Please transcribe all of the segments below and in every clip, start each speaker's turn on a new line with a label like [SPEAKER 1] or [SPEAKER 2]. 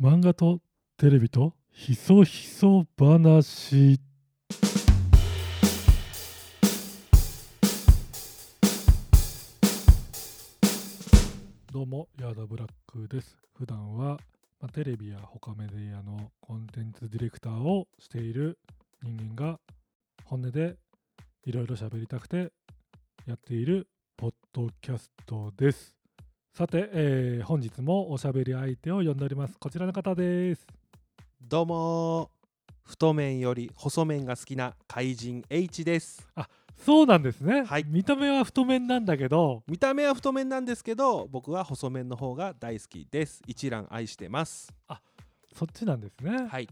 [SPEAKER 1] 漫画とテレビとひそひそ話どうもヤードブラックです普段は、まあ、テレビや他メディアのコンテンツディレクターをしている人間が本音でいろいろ喋りたくてやっているポッドキャストですさて、えー本日もおしゃべり相手を呼んでおりますこちらの方です
[SPEAKER 2] どうもー太麺より細麺が好きな怪人 H です
[SPEAKER 1] そうなんですね、
[SPEAKER 2] はい
[SPEAKER 1] 見た目は太麺なんだけど
[SPEAKER 2] 見た目は太麺なんですけど僕は細麺の方が大好きです一蘭愛してます
[SPEAKER 1] そっちなんですね、
[SPEAKER 2] はい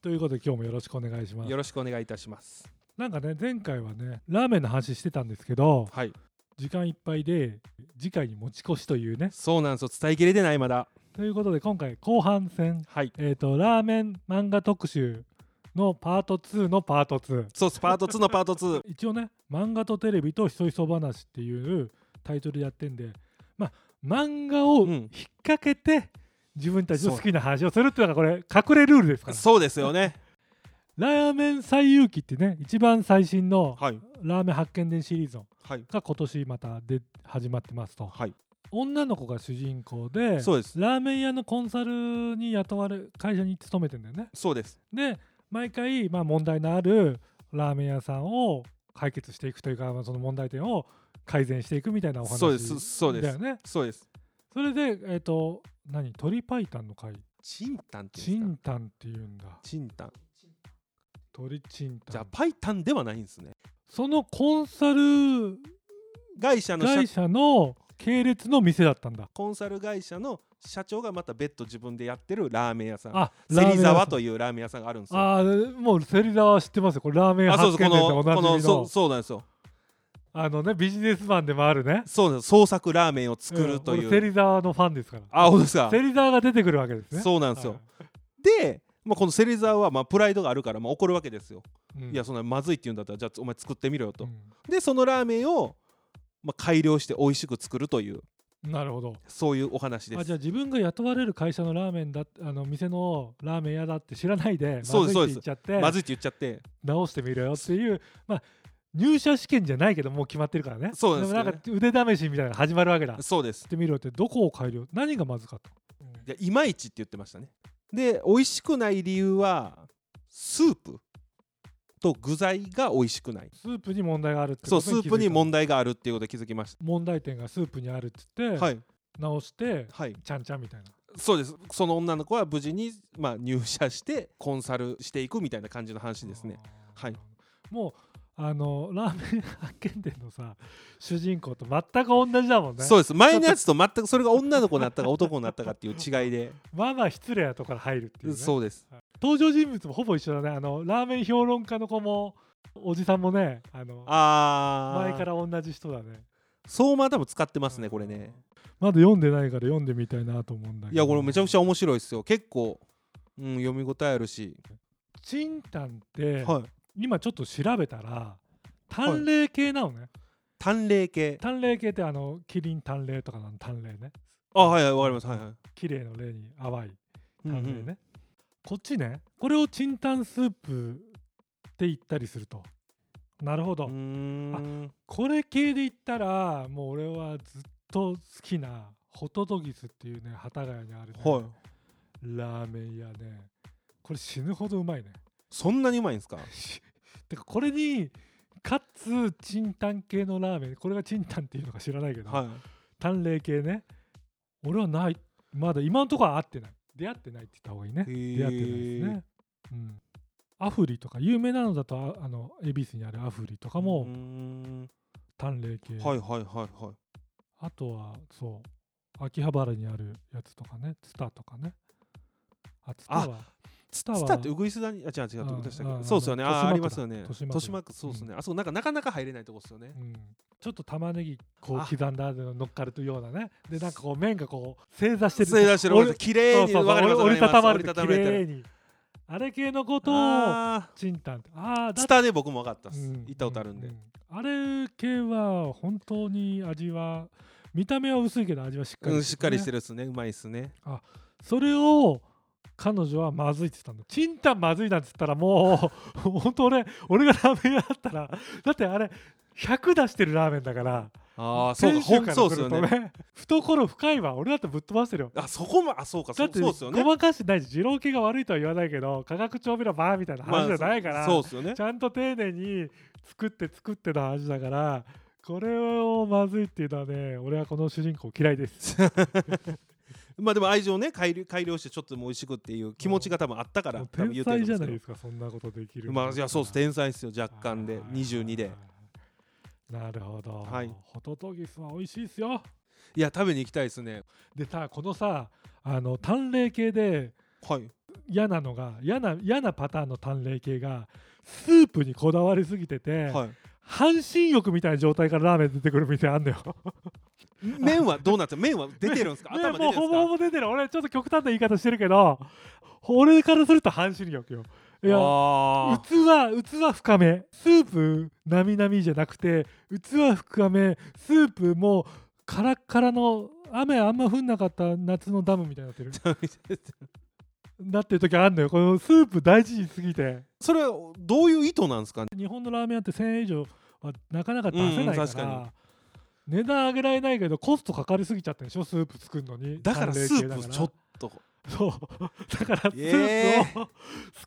[SPEAKER 1] ということで今日もよろしくお願いします
[SPEAKER 2] よろしくお願いいたします
[SPEAKER 1] なんかね前回はねラーメンの話してたんですけど
[SPEAKER 2] はい
[SPEAKER 1] 時間いっぱいで次回に持ち越しというね
[SPEAKER 2] そうなんですよ伝えきれてないまだ
[SPEAKER 1] ということで今回後半戦
[SPEAKER 2] はい
[SPEAKER 1] えっ、とラーメン漫画特集のパート2のパート2
[SPEAKER 2] そうですパート2のパート2
[SPEAKER 1] 一応ね「漫画とテレビとひそひそ話」っていうタイトルでやってんでまあ漫画を
[SPEAKER 2] うん
[SPEAKER 1] 引っ掛けて自分たちの好きな話をするっていうのがこれ隠れルールですから
[SPEAKER 2] そうですよね
[SPEAKER 1] ラーメン最有機ってね一番最新の
[SPEAKER 2] はい
[SPEAKER 1] ラーメン発見伝シリーズ
[SPEAKER 2] はい
[SPEAKER 1] が今年またで始まってますと
[SPEAKER 2] はい
[SPEAKER 1] 女の子が主人公で
[SPEAKER 2] そうです
[SPEAKER 1] ラーメン屋のコンサルに雇われ会社に勤めてんだよね
[SPEAKER 2] そうです
[SPEAKER 1] で毎回まあ問題のあるラーメン屋さんを解決していくというかまあその問題点を改善していくみたいなお話
[SPEAKER 2] そうですそうで
[SPEAKER 1] だよ
[SPEAKER 2] す
[SPEAKER 1] ね
[SPEAKER 2] そうです
[SPEAKER 1] それでえっ、と何鳥パイタンの会
[SPEAKER 2] チンタンって
[SPEAKER 1] チ
[SPEAKER 2] 言うんで
[SPEAKER 1] ン
[SPEAKER 2] すか
[SPEAKER 1] タンっていうんだ
[SPEAKER 2] チンタン
[SPEAKER 1] 鳥チンタン
[SPEAKER 2] じゃあパイタンではないんですね
[SPEAKER 1] そのコンサル
[SPEAKER 2] 会社の社
[SPEAKER 1] 会社の系列の店だったんだ
[SPEAKER 2] コンサル会社の社長がまた別途自分でやってるラーメン屋さん
[SPEAKER 1] あ
[SPEAKER 2] 芹沢
[SPEAKER 1] いう
[SPEAKER 2] というラーメン屋さんがあるんですよ。あ、
[SPEAKER 1] あーもう芹沢は知ってますよこれラーメン
[SPEAKER 2] そう
[SPEAKER 1] 発
[SPEAKER 2] そう、
[SPEAKER 1] 見
[SPEAKER 2] こ
[SPEAKER 1] 伝で
[SPEAKER 2] の、
[SPEAKER 1] おなじ
[SPEAKER 2] こ
[SPEAKER 1] み
[SPEAKER 2] の、そ
[SPEAKER 1] の
[SPEAKER 2] う、そうなんですよ。
[SPEAKER 1] あのねビジネスマンでもあるね
[SPEAKER 2] そうなんです。創作ラーメンを作るとい
[SPEAKER 1] ん
[SPEAKER 2] う。
[SPEAKER 1] 俺芹沢のファンですから
[SPEAKER 2] あ、本当ですか。
[SPEAKER 1] 芹沢が出てくるわけですね
[SPEAKER 2] そうなんですよ。で、まあ、この芹沢は、まあ、プライドがあるから、まあ、怒るわけですよ。
[SPEAKER 1] はいうん
[SPEAKER 2] いや、そんなまずいって言うんだったら、じゃあ、お前作ってみろよと。
[SPEAKER 1] う
[SPEAKER 2] で、そのラーメンを、まあ、改良して美味しく作るという、
[SPEAKER 1] んなるほど
[SPEAKER 2] そういうお話で
[SPEAKER 1] あ
[SPEAKER 2] す
[SPEAKER 1] じゃ。あ自分が雇われる会社のラーメンだあの店のラーメン屋だって知らないで
[SPEAKER 2] そうです
[SPEAKER 1] まずいって言っちゃって、
[SPEAKER 2] まずいって言っちゃって、
[SPEAKER 1] 直してみるよっていうまあ入社試験じゃないけどもう決まってるからね
[SPEAKER 2] そうなんですけどね
[SPEAKER 1] もなんか腕試しみたいなのが始まるわけだ
[SPEAKER 2] そうです
[SPEAKER 1] っ。てみるよってどこを改良何がまずかった
[SPEAKER 2] いやいまいちって言ってましたねで美味しくない理由はスープと具材が美味しくない
[SPEAKER 1] スープに問題があるって
[SPEAKER 2] そうスープに
[SPEAKER 1] 問
[SPEAKER 2] 問題があるっていうことで気づきまし
[SPEAKER 1] 問題点がスープにあるって言って、
[SPEAKER 2] たはい
[SPEAKER 1] 直して
[SPEAKER 2] はい
[SPEAKER 1] ちゃんちゃんみたいな
[SPEAKER 2] そうですその女の子は無事に、まあ、入社してコンサルしていくみたいな感じの話ですね
[SPEAKER 1] あー
[SPEAKER 2] はい
[SPEAKER 1] もうあのラーメン発見店のさ主人公と全く同じだもんね
[SPEAKER 2] そうです前のやつと全くそれが女の子になったか男になったかっていう違いで
[SPEAKER 1] まあまあ失礼なとこから入るっていう、ね、
[SPEAKER 2] そうです
[SPEAKER 1] 登場人物もほぼ一緒だねあのラーメン評論家の子もおじさんもねあの
[SPEAKER 2] ああ
[SPEAKER 1] 前から同じ人だね
[SPEAKER 2] 相馬多分使ってますねこれね
[SPEAKER 1] まだ読んでないから読んでみたいなと思うんだけど
[SPEAKER 2] いやこれめちゃくち
[SPEAKER 1] ゃ
[SPEAKER 2] ゃ面白いですよ結構、うん、読み応えあるし、
[SPEAKER 1] チンタンって、
[SPEAKER 2] はい
[SPEAKER 1] 今ちょっと調べたら淡麗系なのね、
[SPEAKER 2] 淡麗系
[SPEAKER 1] 淡麗系ってあのキリン淡麗とかの淡麗ね
[SPEAKER 2] あはいはいわかりますはいはい
[SPEAKER 1] 綺麗の麗に淡い
[SPEAKER 2] うんう
[SPEAKER 1] 淡麗ね、
[SPEAKER 2] ん
[SPEAKER 1] こっちねこれをチンタンスープって言ったりするとなるほど、
[SPEAKER 2] うーん
[SPEAKER 1] これ系で言ったらもう俺はずっと好きなホトトギスっていうね幡ヶ谷にあるね、
[SPEAKER 2] はい
[SPEAKER 1] ラーメン屋ねこれ死ぬほどうまいね
[SPEAKER 2] そんなにうまいんですか
[SPEAKER 1] てかこれにかつチンタン系のラーメンこれがチンタンっていうのか知らないけど、
[SPEAKER 2] はい
[SPEAKER 1] 淡麗系ね俺はないまだ今のところは会ってない出会ってないって言った方がいいね
[SPEAKER 2] へー
[SPEAKER 1] 出会ってないですね、うん、アフリとか有名なのだとああの恵比寿にあるアフリとか
[SPEAKER 2] うー
[SPEAKER 1] も
[SPEAKER 2] ん
[SPEAKER 1] 淡麗系、
[SPEAKER 2] はいはいはいはい
[SPEAKER 1] あとはそう秋葉原にあるやつとかねツタとかねあツタは
[SPEAKER 2] ツ
[SPEAKER 1] タは
[SPEAKER 2] ツタってウグイスだにあ違う違う
[SPEAKER 1] うん
[SPEAKER 2] どこでしたっ
[SPEAKER 1] うん
[SPEAKER 2] けそうですよね
[SPEAKER 1] あの
[SPEAKER 2] あーありま
[SPEAKER 1] 豊
[SPEAKER 2] すよね
[SPEAKER 1] 島区だ
[SPEAKER 2] 豊島区そうですねあそこなんかなかなか入れないとこですよね
[SPEAKER 1] うん、ちょっと玉ねぎこう
[SPEAKER 2] あ
[SPEAKER 1] 刻んだの乗っかるというようなねでなんかこう麺がこう正座してる
[SPEAKER 2] 正座してる
[SPEAKER 1] 折
[SPEAKER 2] 綺麗に
[SPEAKER 1] そうそう
[SPEAKER 2] わかります
[SPEAKER 1] 折りたたまれ
[SPEAKER 2] 折
[SPEAKER 1] て
[SPEAKER 2] り
[SPEAKER 1] 綺
[SPEAKER 2] たたまれて
[SPEAKER 1] 麗
[SPEAKER 2] る
[SPEAKER 1] にあれ系のことを
[SPEAKER 2] あ
[SPEAKER 1] チンタンってああ
[SPEAKER 2] ーツタで僕も分かったっす
[SPEAKER 1] うん
[SPEAKER 2] 行ったことあるんで
[SPEAKER 1] うあれ系は本当に味は見た目は薄いけど味はしっかり、
[SPEAKER 2] うんしっかりして
[SPEAKER 1] る
[SPEAKER 2] るっすねうまいっすね
[SPEAKER 1] それを彼女はまずいって言ったのチンタンまずいなんて言ったらもう本当俺 俺がラーメン屋だったらだってあれ100出してるラーメンだから
[SPEAKER 2] ああそうか
[SPEAKER 1] 先週
[SPEAKER 2] 本
[SPEAKER 1] から
[SPEAKER 2] そうですよ
[SPEAKER 1] 来る
[SPEAKER 2] ね
[SPEAKER 1] とね懐深いわ俺だってぶっ飛ばしてるよ
[SPEAKER 2] あそこもあそうか
[SPEAKER 1] だ
[SPEAKER 2] そ
[SPEAKER 1] っ
[SPEAKER 2] う
[SPEAKER 1] て
[SPEAKER 2] そうですよね
[SPEAKER 1] ごまかしてないし二郎系が悪いとは言わないけど化学調味料バーみたいな話じゃないから、
[SPEAKER 2] そうですよ ね
[SPEAKER 1] ちゃんと丁寧に作って作っての話だからこれをまずいっていうのはね俺はこの主人公嫌いです
[SPEAKER 2] まあでも愛情をね改良改良してちょっとでも美味しくっていう気持ちが多分あったから
[SPEAKER 1] もう
[SPEAKER 2] 多分言
[SPEAKER 1] 天
[SPEAKER 2] って
[SPEAKER 1] 才
[SPEAKER 2] る
[SPEAKER 1] じ
[SPEAKER 2] と
[SPEAKER 1] ゃ
[SPEAKER 2] 思
[SPEAKER 1] ないでかそんな
[SPEAKER 2] うんです
[SPEAKER 1] ことでき
[SPEAKER 2] け
[SPEAKER 1] る
[SPEAKER 2] どまあいやそうです天才ですよ若干で
[SPEAKER 1] あー
[SPEAKER 2] 22で
[SPEAKER 1] なるほど、
[SPEAKER 2] はい
[SPEAKER 1] ホトトギスは美味しいですよ
[SPEAKER 2] いや食べに行きたいですね
[SPEAKER 1] でさこのさあの淡麗系で
[SPEAKER 2] はい
[SPEAKER 1] 嫌なのが嫌な嫌なパターンの淡麗系がスープにこだわりすぎてて、
[SPEAKER 2] はい
[SPEAKER 1] 半身浴みたいな状態からラーメン出てくる店あんのよ
[SPEAKER 2] 麺はどうなってる麺は出てるんですか頭出て
[SPEAKER 1] もうんほ
[SPEAKER 2] るです
[SPEAKER 1] ぼほ
[SPEAKER 2] か
[SPEAKER 1] ぼ出てる俺ちょっと極端な言い方してるけど俺からすると半身浴よいや
[SPEAKER 2] あ
[SPEAKER 1] 器器深めスープなみなみじゃなくて器深めスープもカラッカラの雨あんま降んなかった夏のダムみたいになってる
[SPEAKER 2] ー
[SPEAKER 1] なってる時あんのよこのスープ大事にしすぎて
[SPEAKER 2] それはどういう意図なんですかね
[SPEAKER 1] 日本のラーメン屋って1000円以上はなかなか出せないから,、
[SPEAKER 2] うん確か
[SPEAKER 1] 値段上げられないけどコストかかりすぎちゃったでしょスープ作るのに
[SPEAKER 2] だか
[SPEAKER 1] 寒
[SPEAKER 2] ら
[SPEAKER 1] 冷
[SPEAKER 2] ス
[SPEAKER 1] 系
[SPEAKER 2] ー
[SPEAKER 1] だ
[SPEAKER 2] プ
[SPEAKER 1] から
[SPEAKER 2] ちょっと
[SPEAKER 1] そう だからス
[SPEAKER 2] え
[SPEAKER 1] ープを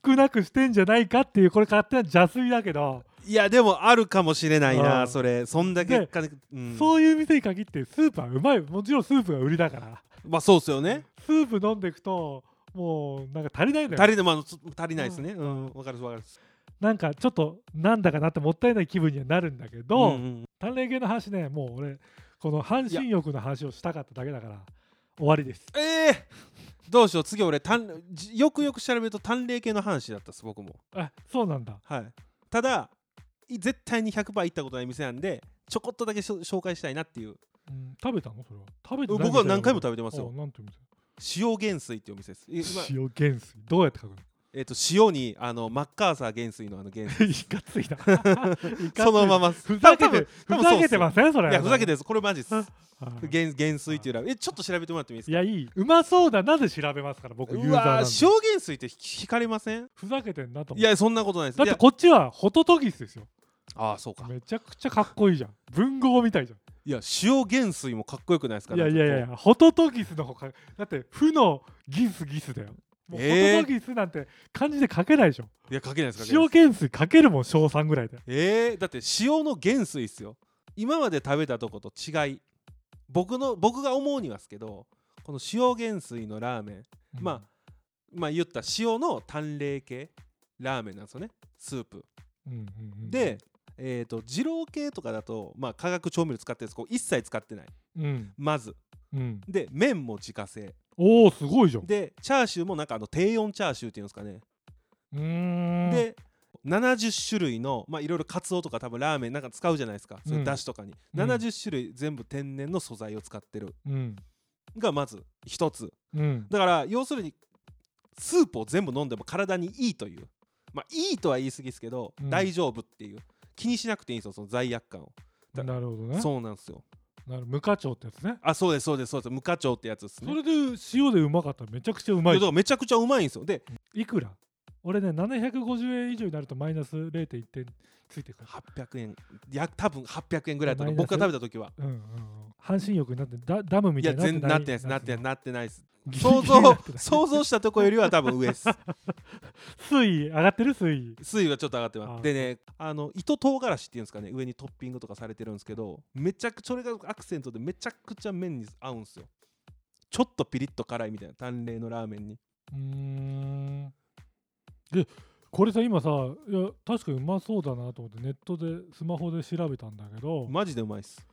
[SPEAKER 1] 少なくしてんじゃないかっていうこれ勝手な邪推だけど、
[SPEAKER 2] いやでもあるかもしれない
[SPEAKER 1] あー
[SPEAKER 2] なそれそんだけ
[SPEAKER 1] で
[SPEAKER 2] 金うん
[SPEAKER 1] そういう店に限ってスープはうまいもちろんスープが売りだから
[SPEAKER 2] まあそうですよね
[SPEAKER 1] スープ飲んでいくともうなんか足りないんだよ
[SPEAKER 2] 足り,、まあ、つ足りないですねうんわかるわかる
[SPEAKER 1] なんかちょっとなんだかなってもったいない気分にはなるんだけど、
[SPEAKER 2] うんうん
[SPEAKER 1] 淡麗系の話ねもう俺この半身浴の話をしたかっただけだから終わりです
[SPEAKER 2] ええどうしよう次俺たんじよくよく調べると淡麗系の話だったです僕も
[SPEAKER 1] あそうなんだ
[SPEAKER 2] はいただい絶対に100%行ったことない店なんでちょこっとだけしょ紹介したいなっていう
[SPEAKER 1] うん、食べたのそれは食べてない
[SPEAKER 2] 僕は何回も食べ
[SPEAKER 1] べ
[SPEAKER 2] てますよ
[SPEAKER 1] なんていう店
[SPEAKER 2] 塩元水っていうお店ですいまあ
[SPEAKER 1] 塩原水どうやって書くの
[SPEAKER 2] えっと塩にあのマッカーサー元水のあの元水
[SPEAKER 1] いかついないかつい
[SPEAKER 2] そのまま
[SPEAKER 1] ふざけ
[SPEAKER 2] 多分
[SPEAKER 1] てふ
[SPEAKER 2] 多分そう
[SPEAKER 1] ざ
[SPEAKER 2] っす
[SPEAKER 1] けてませんそれ
[SPEAKER 2] いやふざけてですこれマジです
[SPEAKER 1] はい
[SPEAKER 2] 減減水っていうラーメンえちょっと調べてもらってもいいです
[SPEAKER 1] い
[SPEAKER 2] か
[SPEAKER 1] やいいうまそうだなぜ調べますから僕ユーザー
[SPEAKER 2] う
[SPEAKER 1] なん
[SPEAKER 2] わ
[SPEAKER 1] で
[SPEAKER 2] ー塩減水ってひ惹かれません
[SPEAKER 1] ふざけてんなと
[SPEAKER 2] い
[SPEAKER 1] 思う
[SPEAKER 2] やそんなことないです
[SPEAKER 1] だっ
[SPEAKER 2] い
[SPEAKER 1] て
[SPEAKER 2] や
[SPEAKER 1] こっちはホトトギスですよ
[SPEAKER 2] ああそうか
[SPEAKER 1] めちゃくちゃかっこいいじゃん文豪みたいじゃん
[SPEAKER 2] いや塩減水もかっこよくないですか
[SPEAKER 1] いやいやいやいやホトトギスのほかだって負のギスギスだよもうホ
[SPEAKER 2] えー
[SPEAKER 1] トトギスなんて漢字で書けないでしょ、
[SPEAKER 2] いやかけないですかけない
[SPEAKER 1] 塩
[SPEAKER 2] です
[SPEAKER 1] 原水書けるもん小3ぐらいで
[SPEAKER 2] えー、だって塩の減水っすよ今まで食べたとこと違い僕の僕が思うにはですけどこの塩減水のラーメンままあ言った塩の淡麗系ラーメンなんですよねスープ
[SPEAKER 1] うん、うんうんうん、
[SPEAKER 2] で、えー、と二郎系とかだと、まあ、化学調味料使ってるんですこう一切使ってない
[SPEAKER 1] うん
[SPEAKER 2] まず
[SPEAKER 1] うん、
[SPEAKER 2] で麺も自家製
[SPEAKER 1] おおすごいじゃん
[SPEAKER 2] でチャーシューもなんかあの低温チャーシューっていうんですかね、
[SPEAKER 1] うーん
[SPEAKER 2] で70種類のまあいろいろカツオとか多分ラーメンなんか使うじゃないですかそう
[SPEAKER 1] う
[SPEAKER 2] い
[SPEAKER 1] ん
[SPEAKER 2] うだしとかに、
[SPEAKER 1] うん
[SPEAKER 2] 70種類全部天然の素材を使ってる
[SPEAKER 1] うん
[SPEAKER 2] がまず一つ
[SPEAKER 1] うん
[SPEAKER 2] だから要するにスープを全部飲んでも体にいいというまあいいとは言い過ぎですけど、
[SPEAKER 1] うん
[SPEAKER 2] 大丈夫っていう気にしなくていいんですよその罪悪感をだ
[SPEAKER 1] なるほどね
[SPEAKER 2] そうなんですよ
[SPEAKER 1] なる無課長ってやつね
[SPEAKER 2] あそうですそうですそうです無課長ってやつです
[SPEAKER 1] そ
[SPEAKER 2] ね
[SPEAKER 1] れで塩でうまかったらめちゃくちゃうまい
[SPEAKER 2] いやだからめちゃくちゃうまいんですよで
[SPEAKER 1] いくら俺ね750円以上になるとマイナス0.1点ついてくる
[SPEAKER 2] 800円いや多分800円ぐらいだった
[SPEAKER 1] マ
[SPEAKER 2] の
[SPEAKER 1] イナス
[SPEAKER 2] 僕が食べた時は
[SPEAKER 1] うんうんうん半身浴になってダダムみ
[SPEAKER 2] い
[SPEAKER 1] たい
[SPEAKER 2] や
[SPEAKER 1] になって
[SPEAKER 2] 全
[SPEAKER 1] な
[SPEAKER 2] 然
[SPEAKER 1] い
[SPEAKER 2] なってないですなっ
[SPEAKER 1] ギ
[SPEAKER 2] てないなってないです
[SPEAKER 1] リギリ
[SPEAKER 2] 想
[SPEAKER 1] にな
[SPEAKER 2] 像
[SPEAKER 1] ってない
[SPEAKER 2] 想像したとこよりは多分上です
[SPEAKER 1] 水位上がってる水位
[SPEAKER 2] 水位はちょっと上がってま
[SPEAKER 1] あ
[SPEAKER 2] すでねあの糸唐辛子っていうんですかね上にトッピングとかされてるんですけどめちゃくちゃそれがアクセントでめちゃくちゃ麺に合うんですよちょっとピリッと辛いみたいな淡麗のラーメンに
[SPEAKER 1] うーんでこれさ今さいや確かにうまそうだなと思ってネットでスマホで調べたんだけど、
[SPEAKER 2] マジでうまいです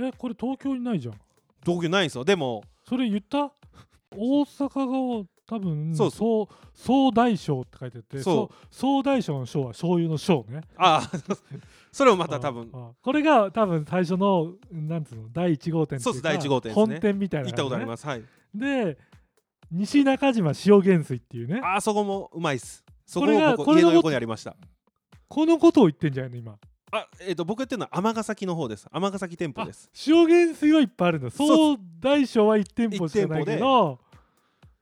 [SPEAKER 1] えこれ東京にないじゃん
[SPEAKER 2] 同居ないんですよでも
[SPEAKER 1] それ言った大阪が多分
[SPEAKER 2] そうです
[SPEAKER 1] 総総大将って書いてて
[SPEAKER 2] そう
[SPEAKER 1] そう総大将の将は醤油の将ね
[SPEAKER 2] ああ それもまた多分
[SPEAKER 1] ああこれが多分最初のなんつうの第1号店ってい
[SPEAKER 2] そうです第一号店ですね
[SPEAKER 1] 本店みたい
[SPEAKER 2] 行
[SPEAKER 1] な
[SPEAKER 2] ったことありますすはい
[SPEAKER 1] で西中島塩原水っていうね
[SPEAKER 2] あーそこもうまいっすそこ
[SPEAKER 1] これ
[SPEAKER 2] も
[SPEAKER 1] が
[SPEAKER 2] 僕
[SPEAKER 1] これ
[SPEAKER 2] 家
[SPEAKER 1] の
[SPEAKER 2] の横にありました
[SPEAKER 1] このことを言ってんじゃないの今
[SPEAKER 2] あえっ、と僕やってるのは尼崎の方です尼崎店舗です
[SPEAKER 1] 塩原水はいっぱいあるんだ
[SPEAKER 2] そ
[SPEAKER 1] 総大将は1店舗しかないけど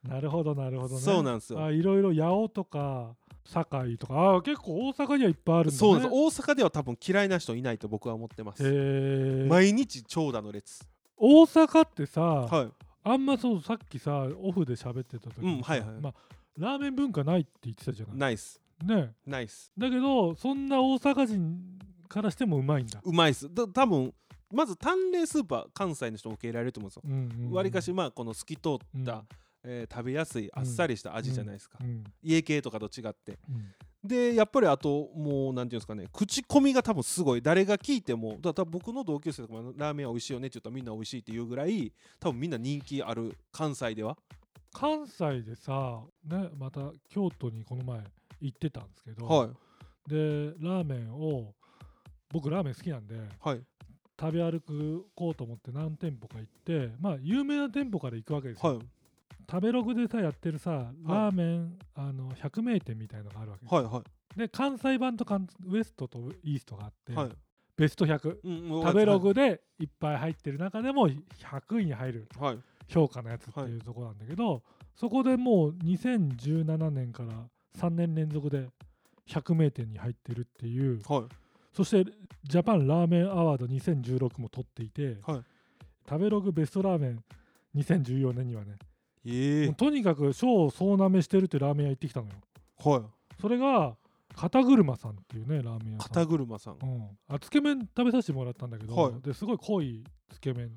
[SPEAKER 1] なるほどなるほどね
[SPEAKER 2] そうなんですよ
[SPEAKER 1] あいろいろ八尾とか堺とかあ結構大阪にはいっぱいあるんだね
[SPEAKER 2] そうなんです大阪では多分嫌いな人いないと僕は思ってます、
[SPEAKER 1] へー
[SPEAKER 2] 毎日長蛇の列
[SPEAKER 1] 大阪ってさ、
[SPEAKER 2] はい
[SPEAKER 1] あんまそうさっきさオフで喋ってた時にさ
[SPEAKER 2] うんはいはい
[SPEAKER 1] まあ、ラーメン文化ないって言ってたじゃない
[SPEAKER 2] ナイス
[SPEAKER 1] ね
[SPEAKER 2] ナイス
[SPEAKER 1] だけどそんな大阪人からしてもうまいんだ、
[SPEAKER 2] うまいっすだ多分まず淡麗スーパー関西の人も受け入れられると思うんですよ
[SPEAKER 1] うんうんうん
[SPEAKER 2] わりかしまあこの透き通った、
[SPEAKER 1] うん
[SPEAKER 2] えー食べやすいあっさりした味じゃないですか、
[SPEAKER 1] うん
[SPEAKER 2] 家系とかと違って
[SPEAKER 1] うん
[SPEAKER 2] でやっぱりあともうなんていうんですかね口コミが多分すごい誰が聞いてもだから多分僕の同級生とかもラーメンは美味しいよねって言ったらみんな美味しいって言うぐらい多分みんな人気ある関西では
[SPEAKER 1] 関西でさ、ね、また京都にこの前行ってたんですけど、
[SPEAKER 2] は
[SPEAKER 1] でラーメンを僕ラーメン好きなんで
[SPEAKER 2] いはい
[SPEAKER 1] 食べ歩くこうと思って何店舗か行ってまあ有名な店舗から行くわけですよ、
[SPEAKER 2] はい
[SPEAKER 1] 食べログでさやってるさラーメン、あの百名店みたいのがあるわけです、
[SPEAKER 2] はいは
[SPEAKER 1] で関西版と関ウエストとイーストがあって、
[SPEAKER 2] いはい
[SPEAKER 1] ベスト100
[SPEAKER 2] うん
[SPEAKER 1] 食べログでいっぱい入ってる中でも100位に入る
[SPEAKER 2] はい
[SPEAKER 1] 評価のやつっていうところなんだけど、そこでもう2017年から3年連続で100名店に入ってるっていう
[SPEAKER 2] はい
[SPEAKER 1] そしてジャパンラーメンアワード2016も取っていて、
[SPEAKER 2] はい
[SPEAKER 1] 食べログベストラーメン2014年にはね
[SPEAKER 2] ええ
[SPEAKER 1] もうとにかく賞を総なめしてるってラーメン屋行ってきたのよ
[SPEAKER 2] はい
[SPEAKER 1] それが肩車さんっていうねラーメン屋さん
[SPEAKER 2] 肩車さん
[SPEAKER 1] うん、あつけ麺食べさせてもらったんだけど、
[SPEAKER 2] はい
[SPEAKER 1] ですごい濃いつけ麺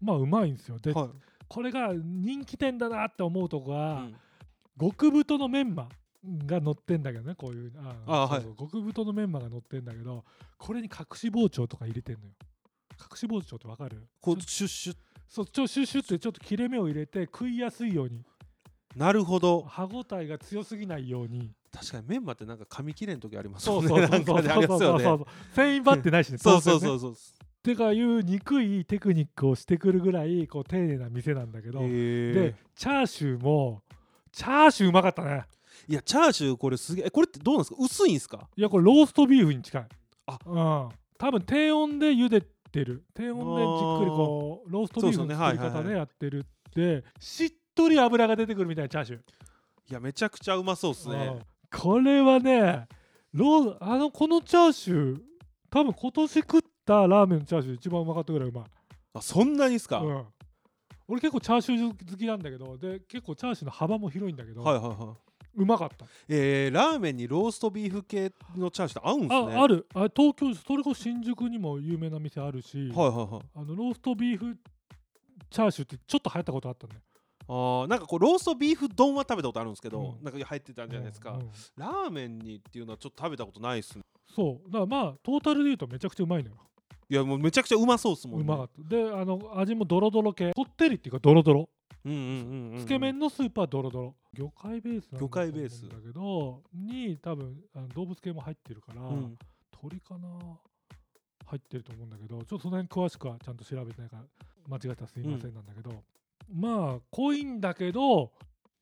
[SPEAKER 1] まあうまいんですよで、
[SPEAKER 2] はい
[SPEAKER 1] これが人気店だなって思うとこ
[SPEAKER 2] う
[SPEAKER 1] が、
[SPEAKER 2] ん
[SPEAKER 1] 極太のメンマが乗ってんだけどねこういう
[SPEAKER 2] あ
[SPEAKER 1] そうそう極太のメンマが乗ってんだけどこれに隠し包丁とか入れてんのよ隠し包丁ってわかる
[SPEAKER 2] こうシュッシュッ
[SPEAKER 1] そうちょシュッシュってちょっと切れ目を入れて食いやすいように
[SPEAKER 2] なるほど
[SPEAKER 1] 歯ごたえが強すぎないように
[SPEAKER 2] 確かにメンマってなんか噛み切れん時あります
[SPEAKER 1] そ
[SPEAKER 2] よ
[SPEAKER 1] う
[SPEAKER 2] ね
[SPEAKER 1] そうそ
[SPEAKER 2] な
[SPEAKER 1] うんそう
[SPEAKER 2] かであ
[SPEAKER 1] そ
[SPEAKER 2] り
[SPEAKER 1] う
[SPEAKER 2] ま
[SPEAKER 1] そ
[SPEAKER 2] すよ
[SPEAKER 1] うそう
[SPEAKER 2] ね
[SPEAKER 1] 繊維張ってないしね
[SPEAKER 2] そうそうそううそう
[SPEAKER 1] てかいう憎いテクニックをしてくるぐらいこう丁寧な店なんだけど、
[SPEAKER 2] へ
[SPEAKER 1] で
[SPEAKER 2] え
[SPEAKER 1] チャーシューもチャーシューうまかったね
[SPEAKER 2] いやチャーシューこれすげええこれってどうなんですか薄いんですか
[SPEAKER 1] いやこれローストビーフに近い
[SPEAKER 2] あ
[SPEAKER 1] うん多分低温で茹でてる低温でじっくりこうローストビーフの作り
[SPEAKER 2] そうですよねはい
[SPEAKER 1] 方
[SPEAKER 2] はいは
[SPEAKER 1] で
[SPEAKER 2] い
[SPEAKER 1] やってるって、しっとり脂が出てくるみたいなチャーシュー
[SPEAKER 2] いやめちゃくちゃうまそうっす
[SPEAKER 1] う
[SPEAKER 2] ね
[SPEAKER 1] んこれはねローあのこのチャーシュー多分今年食ったラーメンのチャーシュー一番うまかったぐらいうまい
[SPEAKER 2] あそんなにっすか、
[SPEAKER 1] う
[SPEAKER 2] はい
[SPEAKER 1] ん、俺結構チャーシュー好きなんだけどで結構チャーシューの幅も広いんだけど、
[SPEAKER 2] はいはいう
[SPEAKER 1] まかった
[SPEAKER 2] えー、ラーメンにローストビーフ系のチャーシューって合うんすね
[SPEAKER 1] ああるあ東京それこそ新宿にも有名な店あるし、
[SPEAKER 2] はいはいはい
[SPEAKER 1] あのローストビーフチャーシューってちょっと流行ったことあったね
[SPEAKER 2] あーなんかこうローストビーフ丼は食べたことあるんですけど、
[SPEAKER 1] うん
[SPEAKER 2] なんか入ってたんじゃないですか、
[SPEAKER 1] うんうん
[SPEAKER 2] ラーメンにっていうのはちょっと食べたことないっすね
[SPEAKER 1] そうだからまあトータルで言うとめちゃくちゃうまいのよ
[SPEAKER 2] いやもうめちゃくちゃうまそうっすもんね
[SPEAKER 1] うまかったであの味もドロドロ系こってりっていうかドロドロ
[SPEAKER 2] うんうんうんうん
[SPEAKER 1] つけ麺のスープはドロドロ魚介ベースなんだと
[SPEAKER 2] 魚介ベース
[SPEAKER 1] 思うんだけどに多分あの動物系も入ってるから、
[SPEAKER 2] うん
[SPEAKER 1] 鳥かな入ってると思うんだけどちょっとその辺詳しくはちゃんと調べてないから間違えたらすいませんなんだけど、まあ濃いんだけど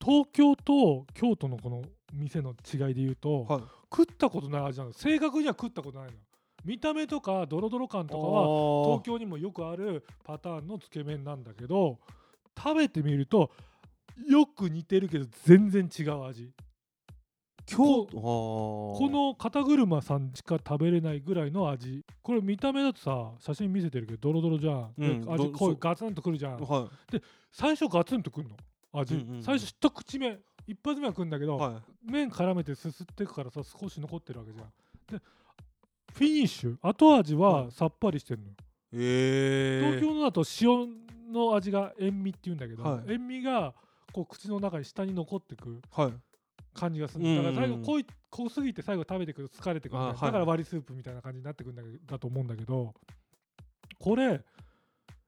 [SPEAKER 1] 東京と京都のこの店の違いで言うと、
[SPEAKER 2] はい
[SPEAKER 1] 食ったことない味なの正確には食ったことないの見た目とかドロドロ感とかは
[SPEAKER 2] は
[SPEAKER 1] 東京にもよくあるパターンのつけ麺なんだけど食べてみるとよく似てるけど全然違う味
[SPEAKER 2] 京都
[SPEAKER 1] こ
[SPEAKER 2] こ
[SPEAKER 1] の肩車さんしか食べれないぐらいの味これ見た目だとさ写真見せてるけどドロドロじゃん、で
[SPEAKER 2] うん
[SPEAKER 1] 味
[SPEAKER 2] ど
[SPEAKER 1] 濃
[SPEAKER 2] そ
[SPEAKER 1] いうガツンとくるじゃん
[SPEAKER 2] は
[SPEAKER 1] 最初ガツンとくるの味、
[SPEAKER 2] うんうんうん
[SPEAKER 1] 最初一口目一発目はくんだけ
[SPEAKER 2] い
[SPEAKER 1] ど、
[SPEAKER 2] は
[SPEAKER 1] 麺絡めてすすってくからさ少し残ってるわけじゃんでフィニッシュ後味はさっぱりしてるのよ、
[SPEAKER 2] いえー、
[SPEAKER 1] 東京のだと塩の味が塩味っていうんだけど、
[SPEAKER 2] はい
[SPEAKER 1] 塩味がこう口の中に下に残ってく
[SPEAKER 2] 京はい
[SPEAKER 1] 感じがするんだだから最
[SPEAKER 2] うんうん
[SPEAKER 1] 後
[SPEAKER 2] うん
[SPEAKER 1] 濃い濃すぎて最後食べてくると疲れてくるみたい
[SPEAKER 2] あ
[SPEAKER 1] な
[SPEAKER 2] はい
[SPEAKER 1] だから割りスープみたいな感じになってくるんだけだと思うんだけどこれ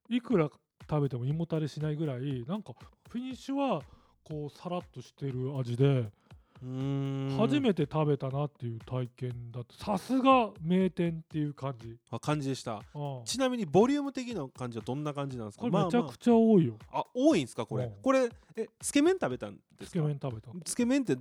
[SPEAKER 1] いくら食べても胃もたれしないぐらいなんかフィニッシュはこうさらっとしてる味で
[SPEAKER 2] うーん
[SPEAKER 1] 初めて食べたなっていう体験だってさすが名店っていう感じ、
[SPEAKER 2] あ感じでし
[SPEAKER 1] う
[SPEAKER 2] た
[SPEAKER 1] んこ
[SPEAKER 2] ちなみにボリューム的な感じはどんな感じなんですか
[SPEAKER 1] れめちゃ
[SPEAKER 2] まあま
[SPEAKER 1] くちゃ多いよ
[SPEAKER 2] あ、あ多いんですかこ
[SPEAKER 1] う
[SPEAKER 2] れ
[SPEAKER 1] ん
[SPEAKER 2] これえつけ麺食べたんで
[SPEAKER 1] つ
[SPEAKER 2] す
[SPEAKER 1] け
[SPEAKER 2] か
[SPEAKER 1] 麺食べた
[SPEAKER 2] つけ麺って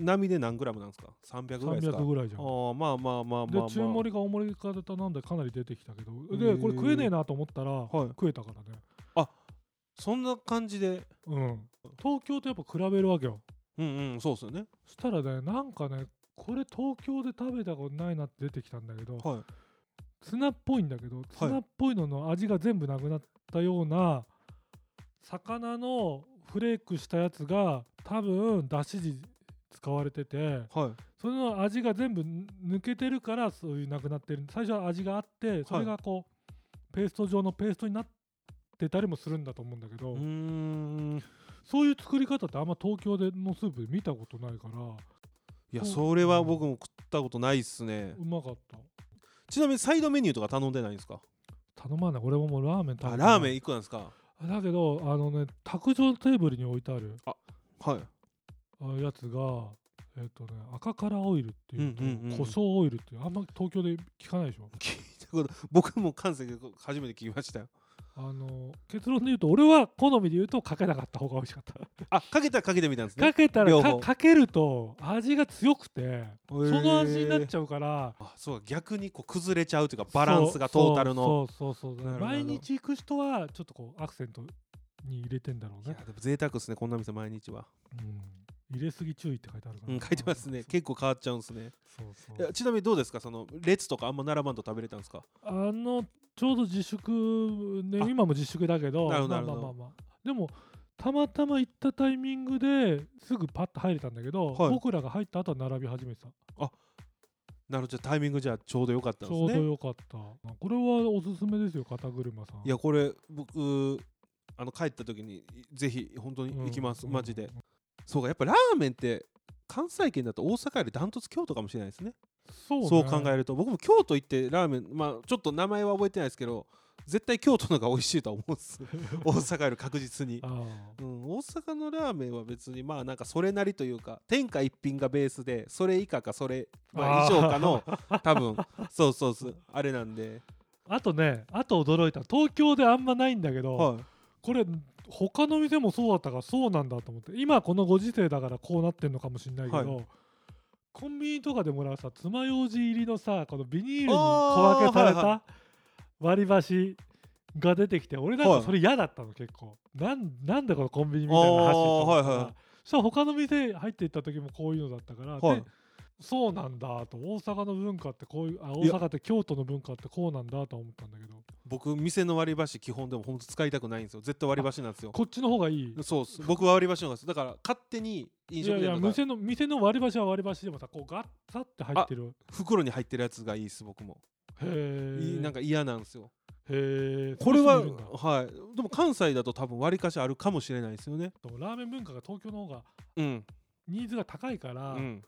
[SPEAKER 2] 波で何グラムなんですか300ぐらいですか
[SPEAKER 1] 300ぐらいじゃん
[SPEAKER 2] あーまあまあまあまあ、
[SPEAKER 1] で
[SPEAKER 2] まあ、
[SPEAKER 1] 中盛りか大盛りかでなんでかなり出てきたけどでこれ食えねえなと思ったら
[SPEAKER 2] はい
[SPEAKER 1] 食えたからね
[SPEAKER 2] そんな感じで
[SPEAKER 1] うん東京とやっぱ比べるわけよ
[SPEAKER 2] うんうんそうっすよね
[SPEAKER 1] そしたらねなんかねこれ東京で食べたことないなって出てきたんだけど
[SPEAKER 2] は
[SPEAKER 1] ツナっぽいんだけどツナっぽいのの味が全部なくなったような魚のフレークしたやつが多分だし汁使われてて
[SPEAKER 2] いはい
[SPEAKER 1] その味が全部抜けてるからそういうなくなってる最初は味があってそれがこう、ペースト状のペーストになってたりもするんだと思うんだけど、
[SPEAKER 2] うーん
[SPEAKER 1] そういう作り方ってあんま東京でのスープで見たことないからう
[SPEAKER 2] いや
[SPEAKER 1] そう
[SPEAKER 2] それは僕も食ったことないっすね
[SPEAKER 1] まかった
[SPEAKER 2] ちなみにサイドメニューとか頼んでないんですか
[SPEAKER 1] 頼まない俺ももうラーメン食べ
[SPEAKER 2] あ
[SPEAKER 1] て
[SPEAKER 2] ラーメンいくなんですか
[SPEAKER 1] ンだけどあのね卓上テーブルに置いてある
[SPEAKER 2] はい
[SPEAKER 1] あやつがえっ、とね赤からオイルっていうのと、
[SPEAKER 2] うんうんうんうん
[SPEAKER 1] 胡椒オイルっていうあんま東京で聞かないでしょ
[SPEAKER 2] 聞いたこと僕も関西で初めて聞きましたよ
[SPEAKER 1] あの結論で言うと俺は好みで言うとかけなかった方が美味しかった
[SPEAKER 2] あかけたらかけてみたんですね
[SPEAKER 1] かけたら
[SPEAKER 2] 両
[SPEAKER 1] か
[SPEAKER 2] 方
[SPEAKER 1] かけると味が強くて
[SPEAKER 2] そ
[SPEAKER 1] その味になっちゃうから
[SPEAKER 2] あそうか逆にこう崩れちゃうというかバランスがトータルの
[SPEAKER 1] そうそうそうそう
[SPEAKER 2] なるほど
[SPEAKER 1] 毎日行く人はちょっとこうアクセントに入れてんだろう
[SPEAKER 2] いや
[SPEAKER 1] ね、
[SPEAKER 2] でも贅沢ですねこんな店毎日は、
[SPEAKER 1] うん、入れすぎ注意って書いてあるか
[SPEAKER 2] う
[SPEAKER 1] ら、
[SPEAKER 2] ん、書いてますね
[SPEAKER 1] そう
[SPEAKER 2] 結構変わっちゃうんですね
[SPEAKER 1] そう
[SPEAKER 2] いやちなみにどうですかその列とかあんま並ばんと食べれたんですか
[SPEAKER 1] あのちょうど自粛ね
[SPEAKER 2] あ
[SPEAKER 1] 今も自粛だけど
[SPEAKER 2] なるほど
[SPEAKER 1] まあ
[SPEAKER 2] なる
[SPEAKER 1] ま
[SPEAKER 2] ほ
[SPEAKER 1] あ
[SPEAKER 2] ど
[SPEAKER 1] まあまあでもたまたま行ったタイミングですぐパッと入れたんだけど、
[SPEAKER 2] はい
[SPEAKER 1] 僕らが入った後は並び始めてた
[SPEAKER 2] なるほどじゃあタイミングじゃあちょうどよかったん
[SPEAKER 1] ち
[SPEAKER 2] です
[SPEAKER 1] ょうど
[SPEAKER 2] ね
[SPEAKER 1] よかったこれはおすすめですよ肩車さん
[SPEAKER 2] いやこれ僕あの帰った時にぜひ本当に行きます、
[SPEAKER 1] うん
[SPEAKER 2] マジで、そうかやっぱラーメンって関西圏だと大阪よりダントツ京都かもしれないですね
[SPEAKER 1] そう,、ね、
[SPEAKER 2] そう考えると僕も京都行ってラーメンまあちょっと名前は覚えてないですけど絶対京都の方が美味しいとは思うんです 大阪より確実に
[SPEAKER 1] あ、
[SPEAKER 2] うん、大阪のラーメンは別にまあなんかそれなりというか天下一品がベースでそれ以下かそれ、まあ、
[SPEAKER 1] あ
[SPEAKER 2] 以
[SPEAKER 1] ー
[SPEAKER 2] 上かの多分そうそうそうあれな んで、
[SPEAKER 1] あとねあと驚いた東京であんまないんだけど、
[SPEAKER 2] はい、
[SPEAKER 1] これ他の店もそうだったからそうなんだと思って今このご時世だからこうなってんのかもしれないけど、コンビニとかでもらうさ爪楊枝入りのさこのビニールに小分けされ
[SPEAKER 2] あーはい
[SPEAKER 1] た割り箸が出てきて俺なん
[SPEAKER 2] は
[SPEAKER 1] か
[SPEAKER 2] い
[SPEAKER 1] それ嫌だったの結構なんなんだこのコンビニみたいな箸と思ったら
[SPEAKER 2] あーはいはい
[SPEAKER 1] そしたら他の店入っていった時もこういうのだったから、
[SPEAKER 2] はい
[SPEAKER 1] でそうなんだと大阪の文化ってこういうあ大
[SPEAKER 2] いや
[SPEAKER 1] 阪って京都の文化ってこうなんだと思ったんだけど
[SPEAKER 2] 僕店の割り箸基本でも本当使いたくないんですよ絶対割り箸なんですよ
[SPEAKER 1] こっちの方がいい
[SPEAKER 2] そうっす僕は割り箸の方が好きだから勝手に飲
[SPEAKER 1] いや
[SPEAKER 2] 食
[SPEAKER 1] いや
[SPEAKER 2] 店とか
[SPEAKER 1] 店の店の割り箸は割り箸でもさこうガッサって入ってる
[SPEAKER 2] 袋に入ってるやつがいいです僕も、
[SPEAKER 1] へ
[SPEAKER 2] い
[SPEAKER 1] え
[SPEAKER 2] なんか嫌なんですよ
[SPEAKER 1] へえ
[SPEAKER 2] これは、
[SPEAKER 1] そういう人もいるんだ
[SPEAKER 2] はい、でも関西だと多分割りかしあるかもしれないですよね。
[SPEAKER 1] でもラーメン文化が東京の方が
[SPEAKER 2] うん、
[SPEAKER 1] ニーズが高いから、
[SPEAKER 2] うん、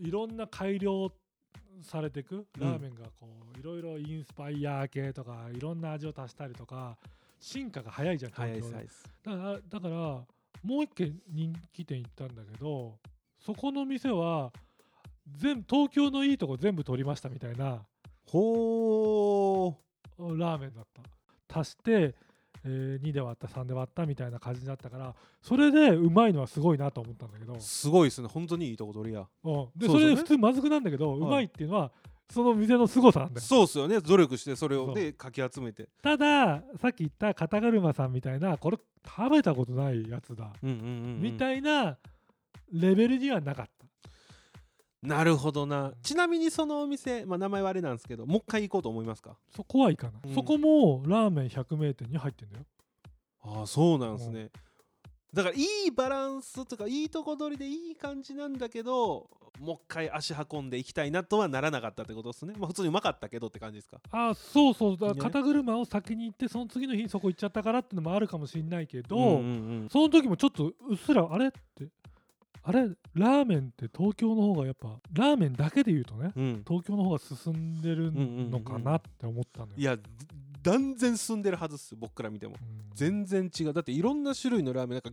[SPEAKER 1] いろんな改良されてく
[SPEAKER 2] うん
[SPEAKER 1] ラーメンがこう、いろいろインスパイア系とかいろんな味を足したりとか進化が早いじゃん東
[SPEAKER 2] 早
[SPEAKER 1] 京
[SPEAKER 2] いです
[SPEAKER 1] は
[SPEAKER 2] 早いです。
[SPEAKER 1] だからだからもう一軒人気店行ったんだけどそこの店は全東京のいいとこ全部取りましたみたいな
[SPEAKER 2] ほー
[SPEAKER 1] ラーメンだった足して、え2で割った3で割ったみたいな感じだったからそれでうまいのはすごいなと思ったんだけど、
[SPEAKER 2] すごいですね本当にいいとこ取りや。
[SPEAKER 1] うん、で
[SPEAKER 2] そうそう
[SPEAKER 1] それで普通まずくなんだけど、
[SPEAKER 2] いう
[SPEAKER 1] まいっていうのはその店の凄さなんだよ
[SPEAKER 2] そうっすよね努力してそれ
[SPEAKER 1] そ
[SPEAKER 2] を
[SPEAKER 1] う
[SPEAKER 2] でかき集めて。
[SPEAKER 1] たださっき言った肩車さんみたいなこれ食べたことないやつだ、
[SPEAKER 2] うんうんうんうん
[SPEAKER 1] みたいなレベルにはなかった
[SPEAKER 2] なるほどな。ちなみにそのお店、まあ、名前はあれなんですけどもう一回行こうと思いますか
[SPEAKER 1] そこはいかない、
[SPEAKER 2] うん
[SPEAKER 1] そこもラーメン100名店に入ってんだよ
[SPEAKER 2] ああそうなんですね。だからいいバランスとかいいとこ取りでいい感じなんだけどもう一回足運んでいきたいなとはならなかったってことですね。まあ、普通にうまかったけどって感じですか。
[SPEAKER 1] あそうそうだ
[SPEAKER 2] いい
[SPEAKER 1] か
[SPEAKER 2] ね
[SPEAKER 1] ら肩車を先に行ってその次の日にそこ行っちゃったからってのもあるかもしれないけど、
[SPEAKER 2] んん
[SPEAKER 1] その時もちょっとうっすらあれってあれラーメンって東京の方がやっぱラーメンだけで言うとね
[SPEAKER 2] うんうん
[SPEAKER 1] 東京の方が進んでるのかなって思ったのよ。
[SPEAKER 2] いや断然進んでるはずっす僕から見ても
[SPEAKER 1] うん
[SPEAKER 2] 全然違うだっていろんな種類のラーメンなんか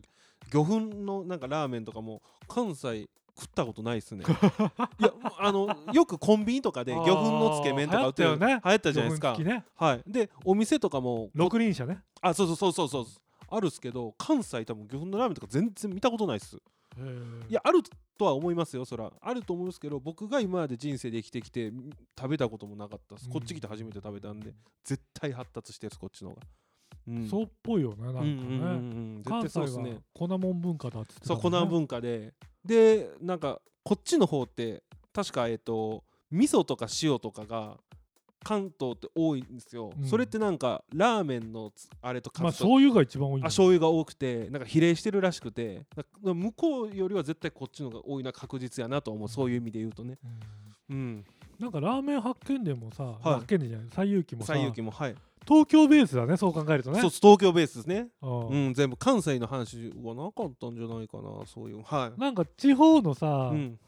[SPEAKER 2] 魚粉のなんかラーメンとかも関西食ったことないっ すねいやあのよくコンビニとかで
[SPEAKER 1] あ
[SPEAKER 2] 魚
[SPEAKER 1] ー
[SPEAKER 2] 粉のつけ麺とか売って
[SPEAKER 1] 流行
[SPEAKER 2] る
[SPEAKER 1] ったよね
[SPEAKER 2] 流行ったじゃないですか
[SPEAKER 1] 自、分好きね
[SPEAKER 2] はいでお店とかも
[SPEAKER 1] 六輪車ね。
[SPEAKER 2] あそうそうそうそうそうあるっすけど関西多分魚粉のラーメンとか全然見たことないっすいやあるとは思いますよそらあると思うんですけど僕が今まで人生で生きてきて食べたこともなかったっす、
[SPEAKER 1] うん
[SPEAKER 2] こっち来て初めて食べたんで絶対発達してるっすこっちの方がうん
[SPEAKER 1] そうっぽいよねなんか
[SPEAKER 2] うんうんうん
[SPEAKER 1] ね
[SPEAKER 2] うん絶
[SPEAKER 1] 関
[SPEAKER 2] 対
[SPEAKER 1] 西
[SPEAKER 2] そうです
[SPEAKER 1] は
[SPEAKER 2] ね
[SPEAKER 1] 粉もん文化だっつってた
[SPEAKER 2] そう
[SPEAKER 1] も
[SPEAKER 2] 粉
[SPEAKER 1] んね
[SPEAKER 2] 文化ででなんかこっちの方って確かえっと味噌とか塩とかが関東って多いんですよ、
[SPEAKER 1] うん
[SPEAKER 2] それってなんかラーメンのつあれと
[SPEAKER 1] まあ
[SPEAKER 2] かつと、
[SPEAKER 1] 醤油が一番多いんだ
[SPEAKER 2] あ醤油が多くてなんか比例してるらしくてだから向こうよりは絶対こっちの方が多いな確実やなと思うそういう意味で言うとね
[SPEAKER 1] うん
[SPEAKER 2] うん
[SPEAKER 1] なんかラーメン発見でもさ、
[SPEAKER 2] い
[SPEAKER 1] 発見でじゃない西遊記もさ
[SPEAKER 2] 西遊記もはい、
[SPEAKER 1] 東京ベースだねそう考えるとね
[SPEAKER 2] そう東京ベースですね
[SPEAKER 1] うん
[SPEAKER 2] うん全部関西の話はなかったんじゃないかなそういうはい
[SPEAKER 1] なんか地方のさ、
[SPEAKER 2] うん、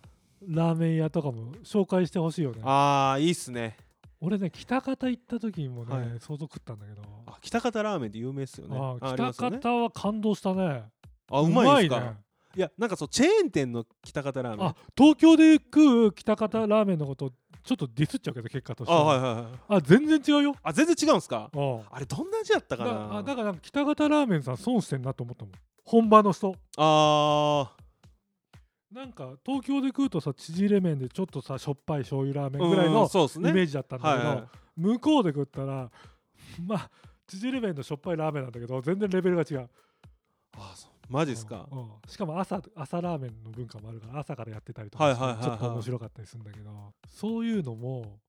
[SPEAKER 1] ラーメン屋とかも紹介してほしいよね
[SPEAKER 2] ああいいっすね
[SPEAKER 1] 俺ね北方行った時にもね、
[SPEAKER 2] はい
[SPEAKER 1] 相当食ったんだけど
[SPEAKER 2] あ北方ラーメンって有名っすよね
[SPEAKER 1] ああ
[SPEAKER 2] ありま
[SPEAKER 1] 北
[SPEAKER 2] すよね
[SPEAKER 1] 方は感動したね
[SPEAKER 2] あうまいですかい,、
[SPEAKER 1] ね
[SPEAKER 2] やなんかそうチェーン店の北方ラーメン
[SPEAKER 1] あ東京で食う北方ラーメンのことちょっとディスっちゃうけど結果として
[SPEAKER 2] あ
[SPEAKER 1] は
[SPEAKER 2] はいはいはい
[SPEAKER 1] あ全然違うよ
[SPEAKER 2] あ全然違うんすか
[SPEAKER 1] あ
[SPEAKER 2] あれどんな味やった
[SPEAKER 1] あ
[SPEAKER 2] か
[SPEAKER 1] だ
[SPEAKER 2] な
[SPEAKER 1] あだからなんか北方ラーメンさん損してんなと思ったもん本場の人
[SPEAKER 2] あ
[SPEAKER 1] なんか東京で食うとさ縮れ麺でちょっとさしょっぱい醤油ラーメ
[SPEAKER 2] ー
[SPEAKER 1] ンぐらい
[SPEAKER 2] うん
[SPEAKER 1] の
[SPEAKER 2] そうです
[SPEAKER 1] イ
[SPEAKER 2] ね
[SPEAKER 1] メージだったんだ
[SPEAKER 2] はい
[SPEAKER 1] けど、
[SPEAKER 2] はい
[SPEAKER 1] 向こうで食ったらまあ縮れ麺のしょっぱいラーメンなんだけど全然レベルが違う
[SPEAKER 2] あそうマジっすか
[SPEAKER 1] うんうんしかも朝朝ラーメンの文化もあるから朝からやってたりと
[SPEAKER 2] は
[SPEAKER 1] か
[SPEAKER 2] い
[SPEAKER 1] し
[SPEAKER 2] はいはい
[SPEAKER 1] て
[SPEAKER 2] はい
[SPEAKER 1] ちょっと面白かったりするんだけど、そういうのも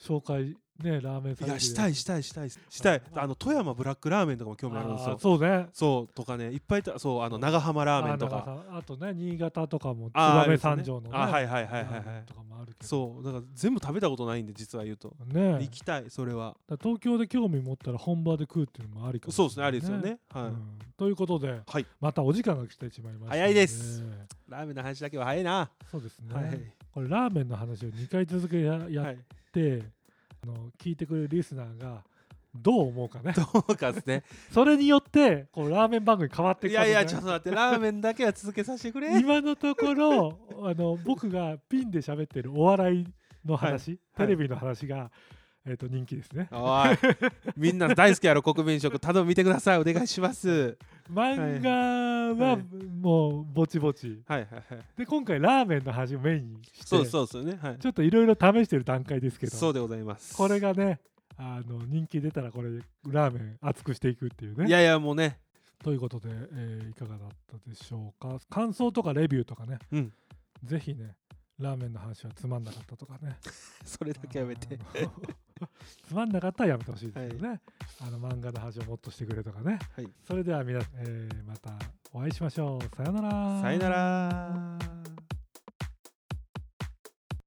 [SPEAKER 1] 紹介ねラーメン
[SPEAKER 2] い
[SPEAKER 1] さん
[SPEAKER 2] やしたいしたいしたいしたい
[SPEAKER 1] あ
[SPEAKER 2] あの富山ブラックラーメンとかも興味あるんですよ
[SPEAKER 1] そうね
[SPEAKER 2] そうとかねいっぱいいたそうあの長浜ラーメンと
[SPEAKER 1] あ
[SPEAKER 2] か
[SPEAKER 1] 長さあとね新潟とかも
[SPEAKER 2] あー
[SPEAKER 1] 燕三条のね
[SPEAKER 2] あはいはいはいはいは
[SPEAKER 1] ラ
[SPEAKER 2] い
[SPEAKER 1] ーメンとかもあるけど
[SPEAKER 2] そうだから全部食べたことないんで実は言うと
[SPEAKER 1] ね
[SPEAKER 2] 行きたいそれは
[SPEAKER 1] だから東京で興味持ったら本場で食うっていうのもありかもしれ
[SPEAKER 2] そう
[SPEAKER 1] ない
[SPEAKER 2] ですねありですよね
[SPEAKER 1] う
[SPEAKER 2] はい
[SPEAKER 1] んということで、
[SPEAKER 2] はい
[SPEAKER 1] またお時間が来てしまいましたの
[SPEAKER 2] 早いですラーメンの話だけは早いな
[SPEAKER 1] そうですね、
[SPEAKER 2] はい
[SPEAKER 1] これラーメンの話を2回続けてやや
[SPEAKER 2] は
[SPEAKER 1] っ
[SPEAKER 2] い
[SPEAKER 1] て、あの聞いてくれるリスナーがどう思うかね
[SPEAKER 2] どうかですね
[SPEAKER 1] それによってこうラーメン番組変わってい
[SPEAKER 2] い
[SPEAKER 1] くかも
[SPEAKER 2] や
[SPEAKER 1] ね
[SPEAKER 2] いやちょっと待ってラーメンだけは続けさせてくれ
[SPEAKER 1] 今のとこ ろあの僕がピンで喋ってるお笑いの話、
[SPEAKER 2] はい
[SPEAKER 1] テレビの話が、えー、と人気ですね
[SPEAKER 2] おいみんな大好きやろ国民食頼む見てくださいお願いします
[SPEAKER 1] 漫画
[SPEAKER 2] は
[SPEAKER 1] はいもうぼちぼち、
[SPEAKER 2] はいはい はい
[SPEAKER 1] で今回ラーメンの話をメインにして
[SPEAKER 2] そうそうですよねはい
[SPEAKER 1] ちょっといろいろ試してる段階ですけ
[SPEAKER 2] そ
[SPEAKER 1] ど
[SPEAKER 2] うでございます
[SPEAKER 1] これがねあの人気出たらこれラーメン熱くしていくっていう
[SPEAKER 2] い
[SPEAKER 1] ね
[SPEAKER 2] やいやもうね
[SPEAKER 1] ということで、えーいかがだったでしょうか感想とかレビューとかね、
[SPEAKER 2] うん
[SPEAKER 1] ぜひねラーメンの話はつまんなかったとかね
[SPEAKER 2] それだけやめて
[SPEAKER 1] あの つまんなかったらやめてほしいですよね、あの漫画の話をもっとしてくれとかね、
[SPEAKER 2] はい
[SPEAKER 1] それでは皆さん、えーまたお会いしましょうさよなら
[SPEAKER 2] さよなら